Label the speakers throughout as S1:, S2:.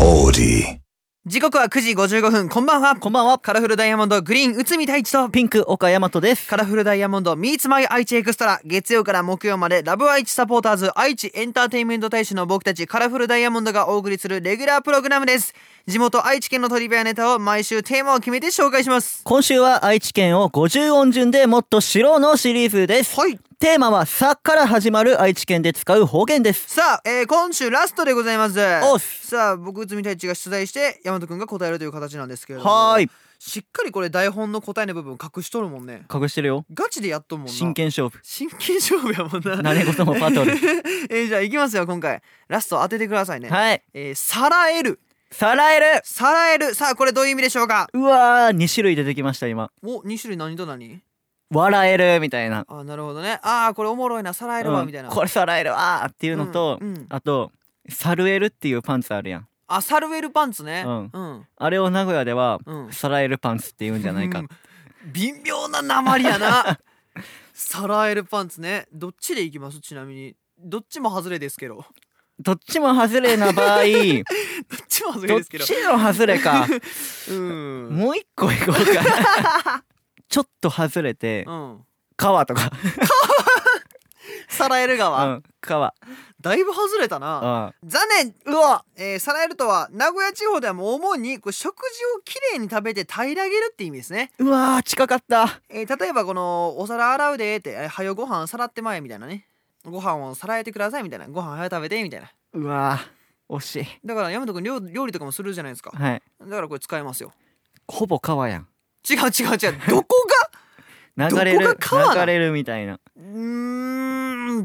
S1: オーデ
S2: 時刻は9時55分こんばんは
S3: こんばんは。
S2: カラフルダイヤモンドグリーン内海太一と
S3: ピンク岡大和です。
S2: カラフルダイヤモンド Meets My 愛知エクストラ月曜から木曜までラブ愛知サポーターズ愛知エンターテインメント大使の僕たちカラフルダイヤモンドがお送りするレギュラープログラムです地元愛知県のトリビアネタを毎週テーマを決めて紹介します
S3: 今週は愛知県を50音順でもっと知ろうのシリーズです。
S2: はい
S3: テーマはさから始まる愛知県で使う方言です。
S2: さあ、えー今週ラストでございます
S3: おっす
S2: さあ僕内海太一が出題して大和くんが答えるという形なんですけれども
S3: はーい。
S2: しっかりこれ台本の答えの部分隠しとるもんね
S3: 隠してるよ。
S2: ガチでやっとんもんな
S3: 真剣勝負。
S2: 真剣勝負やもんな
S3: 何事もバトル
S2: えーじゃあいきますよ今回ラスト当ててくださいね、
S3: はい。
S2: えーさらえる
S3: さらえる
S2: さらえるさあこれどういう意味でしょうか
S3: うわー、2種類出てきました今。
S2: お2種類何と何
S3: 笑えるみたいな。
S2: あなるほどねああこれおもろいなさらえるわ、
S3: うん
S2: みたいな
S3: これさらえるわーっていうのと、
S2: うんうん
S3: あと、サルエルっていうパンツあるやん。
S2: あサルウェルパンツね
S3: うん
S2: うん
S3: あれを名古屋では、
S2: うん
S3: サラエルパンツって言うんじゃないか。
S2: うん微妙な鉛や なさらえるパンツねどっちでいきますちなみにどっちも外れですけど どっ
S3: どっちも外れ な場合、
S2: ちも外れ
S3: どっ
S2: です
S3: ち
S2: けど
S3: の外れか。
S2: うん
S3: もう一個行こうかなちょっと外れて
S2: うん
S3: 川とか、
S2: さらえる
S3: う
S2: 側、
S3: ん、川、
S2: だいぶ外れたな
S3: う
S2: 残念うわ、えー、サラエルとは名古屋地方ではもう主にこう食事をきれいに食べて平らげるって意味ですね、
S3: ん、うわー近かった
S2: えー例えばこの「お皿洗うで」ってえー「はよご飯さらってまえ」みたいなねご飯をさらえてくださいみたいなご飯はよ食べてみたいな
S3: うわー惜しい
S2: だから大和君料料理とかもするじゃないですかだ
S3: はい
S2: からこれ使えますよ
S3: ほぼ川やん
S2: 違う違う違うどこが
S3: 流れ
S2: どこ
S3: る
S2: が川な
S3: 流れるみたいな
S2: うーん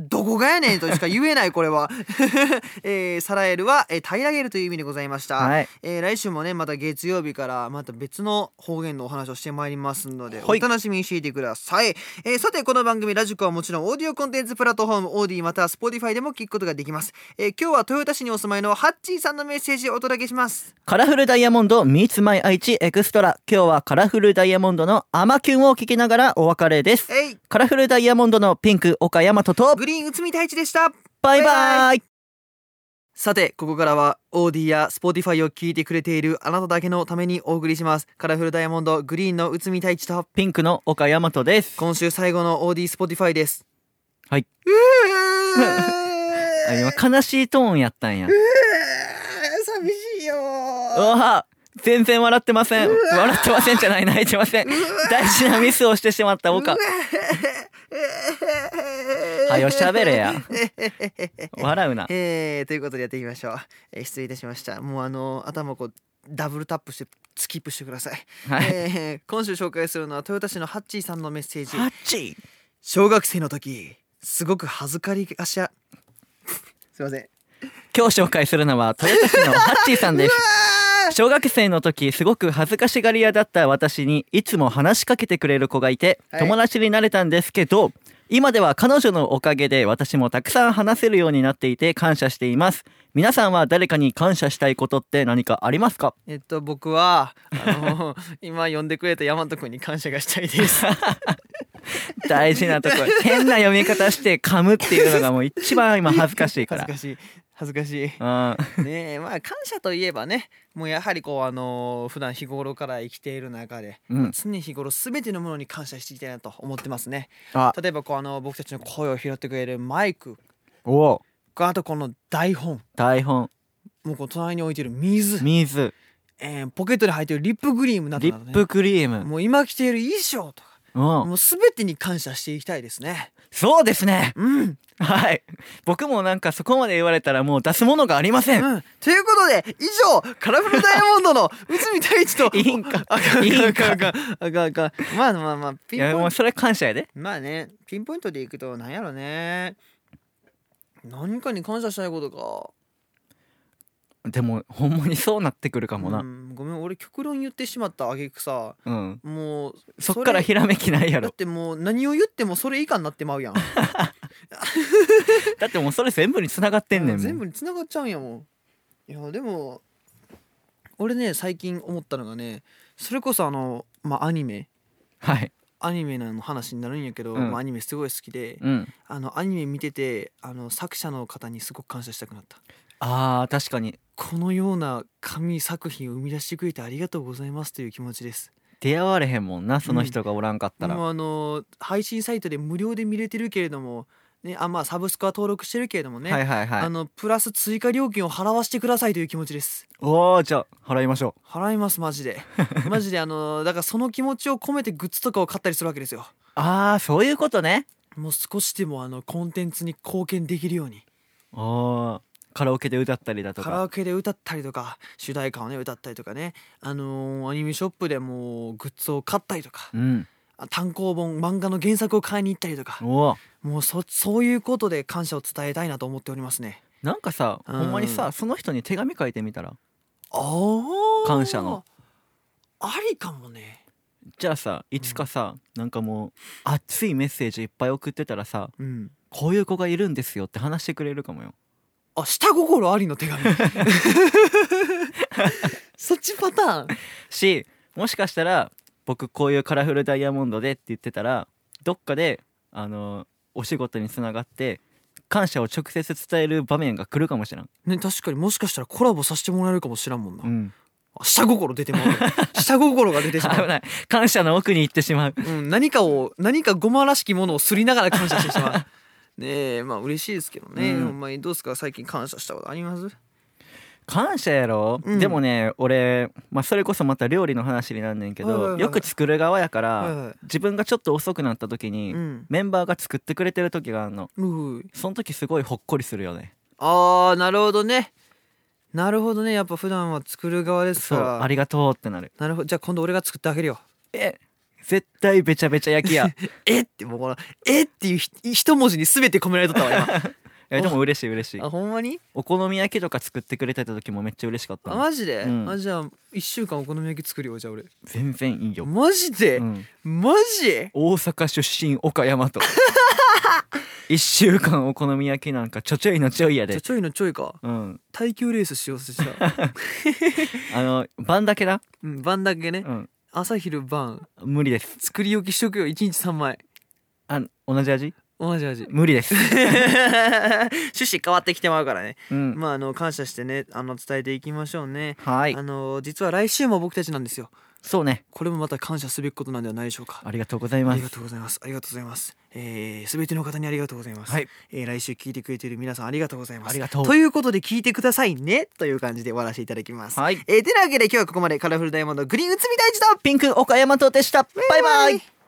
S2: どこがやねんとしか言えないこれは、 えー、サラエルは、えー平らげるという意味でございました、
S3: はい
S2: えー来週もねまた月曜日からまた別の方言のお話をしてまいりますのでお
S3: はい
S2: 楽しみにしていてください、えーさてこの番組ラジコはもちろんオーディオコンテンツプラットフォームオーディまたは Spotify でも聞くことができます、えー今日は豊田市にお住まいのハッチーさんのメッセージをお届けします
S3: カラフルダイヤモンド Meets My 愛知エクストラ今日はカラフルダイヤモンドのアマキュンを聞きながらお別れです
S2: えい
S3: カラフルダイヤモンドのピンク岡山とと
S2: グリーン内海太一でした
S3: バイ
S2: バ
S3: バイ
S2: さてここからはオーディや Spotify を聞いてくれているあなただけのためにお送りしますカラフルダイヤモンドグリーンの内海太一と
S3: ピンクの岡山とです
S2: 今週最後のオーディ Spotify です
S3: はい、
S2: う
S3: あ
S2: えー
S3: 今悲しいトーンやったんや
S2: 寂しいよ
S3: うわ全然笑ってません笑ってませんじゃない泣いてません大事なミスをしてしまっ た岡はよ喋れや笑うな
S2: えー、ということでやっていきましょう、えー失礼いたしましたもうあの頭こうダブルタップしてスキップしてください、
S3: はい
S2: えー今週紹介するのは豊田市のハッチーさんのメッセージ
S3: ハッチ
S2: 小学生の時すごく恥ずか りがしやすいません
S3: 今日紹介するのは豊田市のハッチーさんです
S2: あ
S3: 小学生の時すごく恥ずかしがり屋だった私にいつも話しかけてくれる子がいて
S2: はい
S3: 友達になれたんですけど今では彼女のおかげで私もたくさん話せるようになっていて感謝しています皆さんは誰かに感謝したいことって何かありますか
S2: えっと僕はあ の今呼んでくれた大和君に感謝がしたいです
S3: 大事 なところ変な読み方して噛むっていうのがもう一番今恥ずかしいか
S2: 恥ず
S3: ら
S2: かしい恥ずかしい
S3: うん
S2: ねえまあ感謝といえばねもうやはりこうあの普段日頃から生きている中で
S3: うん
S2: 常日頃全てのものに感謝していきたいなと思ってますね
S3: あ
S2: 例えばこうあの僕たちの声を拾ってくれるマイク
S3: おお
S2: あとこの台本
S3: 台本
S2: もうこう隣に置いてる水、
S3: 水
S2: えーポケットに入ってるリップクリームなど
S3: リ
S2: など、ね、
S3: ップクリーム
S2: もう今着ている衣装とか
S3: うん
S2: もう全てに感謝していきたいですね
S3: そうですね
S2: うん
S3: はい僕もなんかそこまで言われたらもう出すものがありません
S2: うん、ということで以上カラフルダイヤモンドの内海太一と
S3: いいんか
S2: あかん
S3: いい
S2: あ
S3: ん
S2: かん
S3: か
S2: あかんあかんあかんまあまあまあ
S3: い
S2: ピン
S3: や
S2: ポイ
S3: も
S2: ン
S3: う
S2: ト
S3: それ感謝やで
S2: まあねピンポイントでいくとなんやろね何かに感謝したいこと
S3: でもほんまにそうなってくるか
S2: か
S3: も
S2: う
S3: なん
S2: ごめん俺極論言ってしまったあげくさ
S3: うん
S2: もう
S3: そっからひらめきないや
S2: だっ
S3: ろ
S2: てもう何を言ってもそれ以下になってまう やん
S3: だってもうそれ全部に繋がってんねんも
S2: 全部
S3: ん
S2: に繋がっちゃうんやもんいやでも俺ね最近思ったのがねそれこそあのまあアニメ
S3: はい
S2: アニメのあの話になるんやけど、
S3: うん
S2: まあ、アニメすごい好きで、
S3: うん
S2: あのアニメ見ててあの作者の方にすごく感謝したくなった
S3: あー確かに
S2: このような紙作品を生み出してくれてありがとうございますという気持ちです
S3: 出会われへんもんなその人がおらんかったら、
S2: もうあの配信サイトで無料で見れてるけれどもねあまあサブスクは登録してるけれどもね、
S3: はいはいは
S2: あ
S3: い
S2: のプラス追加料金を払わせてくださいという気持ちです
S3: おおじゃあ払いましょう
S2: 払いますマジ でマジであのだからその気持ちを込めてグッズとかを買ったりするわけですよ
S3: ああそういうことね
S2: もう少しでもあのコンテンツに貢献できるように
S3: あーカラオケで歌ったりだと
S2: カラ
S3: か
S2: オケで歌ったりとか主題歌をね歌ったりとかねあのーアニメショップでもうグッズを買ったりとか
S3: うん
S2: あ単行本漫画の原作を買いに行ったりとか
S3: おー
S2: もうそそういうことで感謝を伝えたいなと思っておりますね
S3: なんかさ、
S2: うん
S3: ほんまにさその人に手紙書いてみたら
S2: あー
S3: 感謝の
S2: ありかもね
S3: じゃあさいつかさ、なんかもう熱いメッセージいっぱい送ってたらさ
S2: うん
S3: こういう子がいるんですよって話してくれるかもよ
S2: あ下心ありの手 紙そっちパターン
S3: しもしかしたら僕こういうカラフルダイヤモンドでって言ってたらどっかであのお仕事につながって感謝を直接伝える場面が来るかもしれん、
S2: ね確かにもしかしたらコラボさせてもらえるかもしらんもんな、
S3: うん、
S2: あ下心出てまう下心が出て
S3: 危
S2: し まう
S3: ない感謝の奥に行ってしまう
S2: うん、何かを何かごまらしきものをすりながら感謝してしまうねえまあ嬉しいですけどね、
S3: うん
S2: ほんまにどうですか最近感謝したことあります
S3: 感謝やろ、
S2: うん
S3: でもね俺、まあ、それこそまた料理の話になんねんけど、
S2: はいはいはい
S3: よく作る側やから、
S2: はいはい
S3: 自分がちょっと遅くなった時に、
S2: うん
S3: メンバーが作ってくれてる時があるの
S2: うう
S3: その時すごいほっこりするよね
S2: あーなるほどねなるほどねやっぱ普段は作る側です
S3: そ
S2: か
S3: う
S2: ら
S3: ありがとうってなる
S2: なるほどじゃあ今度俺が作ってあげるよ
S3: え絶対べちゃべちゃ焼き や
S2: えってもうこの「えっ」っていうひ一文字に全て込められとったわ
S3: えでも嬉しい嬉しい
S2: 今 あほんまに
S3: お好み焼きとか作ってくれてた時もめっちゃ嬉しかった
S2: あ
S3: の
S2: マジで、
S3: うん
S2: あじゃあ1週間お好み焼き作るよじゃあ俺
S3: 全然いいよ、
S2: マジで、
S3: うん
S2: マジ
S3: 大阪出身岡山 と一週間お好み焼きなんかちょちょいのちょいや
S2: じゃあ
S3: で
S2: ちょいのちょいか
S3: うん
S2: 耐久レースしようとして た、
S3: あの晩だけだ、
S2: うん、晩だけね
S3: うん、
S2: 朝昼晩
S3: 無理です
S2: 作り置きしとくよ1日3枚
S3: あ同じ味
S2: マジマ ジ
S3: 無理 です、
S2: 趣旨変わってきてまうからね
S3: うん、
S2: まああの感謝してねあの伝えていきましょうね
S3: はい
S2: あの実は来週も僕たちなんですよ
S3: そうね
S2: これもまた感謝すべきことなんではないでしょうか
S3: ありがとうござい
S2: あ
S3: ま
S2: りが
S3: す
S2: とうございますありがとうございますえー、全ての方にありがとうございます、
S3: はい
S2: えー来週聞いてくれている皆さんありがとうございます
S3: ありがとう
S2: いうことで聞いてくださいねという感じで終わらせていただきます、
S3: はい
S2: えー、てなわけで今日はここまでカラフルダイヤモンドグリーン内海大地と
S3: ピンク岡山とでしたバイバイ
S2: イ